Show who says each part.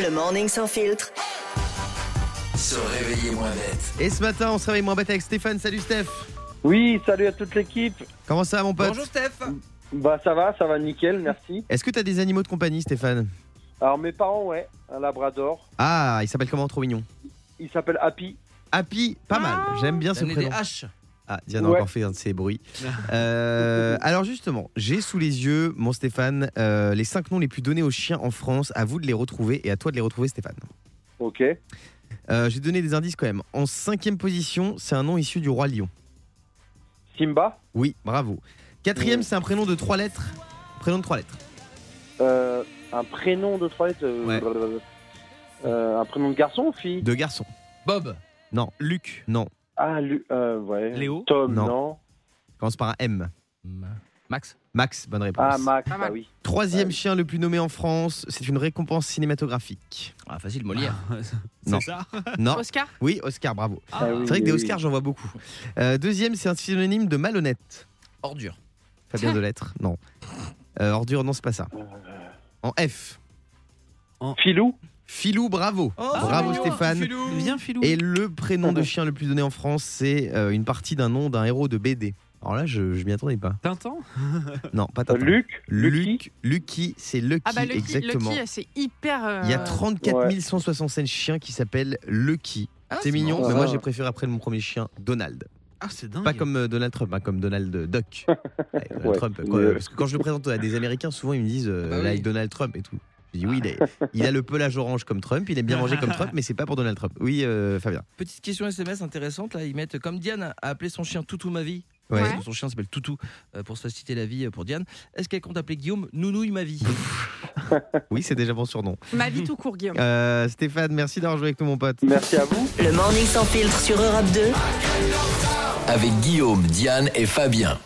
Speaker 1: Le morning sans filtre.
Speaker 2: Se réveiller moins bête.
Speaker 3: Et ce matin, on se réveille moins bête avec Stéphane. Salut Steph.
Speaker 4: Oui, salut à toute l'équipe.
Speaker 3: Comment ça, mon pote
Speaker 5: Bonjour Steph
Speaker 4: Bah ça va, ça va nickel, merci.
Speaker 3: Est-ce que t'as des animaux de compagnie, Stéphane
Speaker 4: Alors mes parents, ouais, un labrador.
Speaker 3: Ah, il s'appelle comment Trop mignon.
Speaker 4: Il s'appelle Happy.
Speaker 3: Happy, pas mal. J'aime bien ce
Speaker 5: Donnez des
Speaker 3: prénom.
Speaker 5: haches
Speaker 3: Ah, Diane a
Speaker 4: Ouais.
Speaker 3: encore fait un de ses bruits. Euh, alors justement, j'ai sous les yeux, mon Stéphane, euh, les cinq noms les plus donnés aux chiens en France. À vous de les retrouver et à toi de les retrouver, Stéphane.
Speaker 4: Ok.
Speaker 3: Euh, j'ai donné des indices quand même. En cinquième position, c'est un nom issu du roi lion.
Speaker 4: Simba.
Speaker 3: Oui, bravo. Quatrième,
Speaker 4: Ouais.
Speaker 3: c'est un prénom de trois lettres. Prénom de trois lettres.
Speaker 4: Euh, un prénom de trois lettres. euh,
Speaker 3: Ouais.
Speaker 4: blablabla. Euh, un prénom de garçon ou fille
Speaker 3: De garçon.
Speaker 5: Bob
Speaker 3: Non. Luc. Non.
Speaker 4: Ah, Lu- euh, ouais.
Speaker 5: Léo
Speaker 4: Tom,
Speaker 3: Non.
Speaker 4: non.
Speaker 3: Commence par un M.
Speaker 5: Max
Speaker 3: Max, bonne réponse.
Speaker 4: Ah, Max,
Speaker 5: Ah,
Speaker 4: bah
Speaker 5: Max.
Speaker 4: oui.
Speaker 3: Troisième
Speaker 4: Ah oui.
Speaker 3: chien le plus nommé en France, c'est une récompense cinématographique.
Speaker 5: Ah facile Molière
Speaker 3: Non.
Speaker 6: C'est ça
Speaker 3: Non.
Speaker 7: Oscar
Speaker 3: Oui, Oscar, bravo.
Speaker 4: Ah oui,
Speaker 3: C'est vrai que des
Speaker 4: oui, oui.
Speaker 3: Oscars, j'en vois beaucoup. Euh, deuxième, c'est un synonyme de malhonnête.
Speaker 5: Ordure
Speaker 3: Fabien Delettre, non. Euh, ordure, non, c'est pas ça.
Speaker 4: Euh.
Speaker 3: En F.
Speaker 4: Filou.
Speaker 3: Filou, bravo.
Speaker 7: Oh,
Speaker 3: bravo,
Speaker 7: Filou.
Speaker 3: Stéphane.
Speaker 6: Viens, Filou.
Speaker 3: Et le prénom de chien le plus donné en France, c'est euh, une partie d'un nom d'un héros de BD. Alors là, je, je m'y attendais pas.
Speaker 6: Tintin
Speaker 3: Non, pas
Speaker 4: euh,
Speaker 3: Tintin.
Speaker 4: Luc. Lucky.
Speaker 3: Luc, Lucky, c'est Lucky,
Speaker 7: Ah bah Lucky,
Speaker 3: exactement.
Speaker 7: Lucky c'est hyper. euh,
Speaker 3: Il y a 34
Speaker 4: Ouais.
Speaker 3: 165 chiens qui s'appellent Lucky.
Speaker 7: Ah,
Speaker 3: c'est mignon,
Speaker 4: bon,
Speaker 3: mais
Speaker 4: ça.
Speaker 3: moi j'ai préféré après mon premier chien, Donald.
Speaker 5: Ah c'est dingue
Speaker 3: Pas comme euh, Donald Trump, hein, comme Donald euh, Duck. Ouais, Donald
Speaker 4: Ouais.
Speaker 3: Trump, quoi,
Speaker 4: Euh.
Speaker 3: parce que quand je le présente à des Américains, souvent ils me disent euh,
Speaker 5: Ah bah
Speaker 3: là,
Speaker 5: oui.
Speaker 3: avec Donald Trump et tout. Je dis oui, il, est- il a le pelage orange comme Trump, il aime bien manger comme Trump, mais c'est pas pour Donald Trump. Oui, euh, Fabien.
Speaker 5: Petite question SMS intéressante là Ils mettent comme Diane a appelé son chien Toutou ma vie
Speaker 3: Ouais.
Speaker 5: Parce que Son chien s'appelle Toutou euh, Pour se faciliter la vie euh, pour Diane Est-ce qu'elle compte appeler Guillaume Nounouille ma vie
Speaker 3: Oui, c'est déjà bon surnom.
Speaker 7: Ma vie tout court, Guillaume.
Speaker 3: Euh, Stéphane, merci d'avoir joué avec nous, mon pote.
Speaker 4: Merci à vous.
Speaker 1: Le morning sans filtre sur Europe 2.
Speaker 2: Avec Guillaume, Diane et Fabien.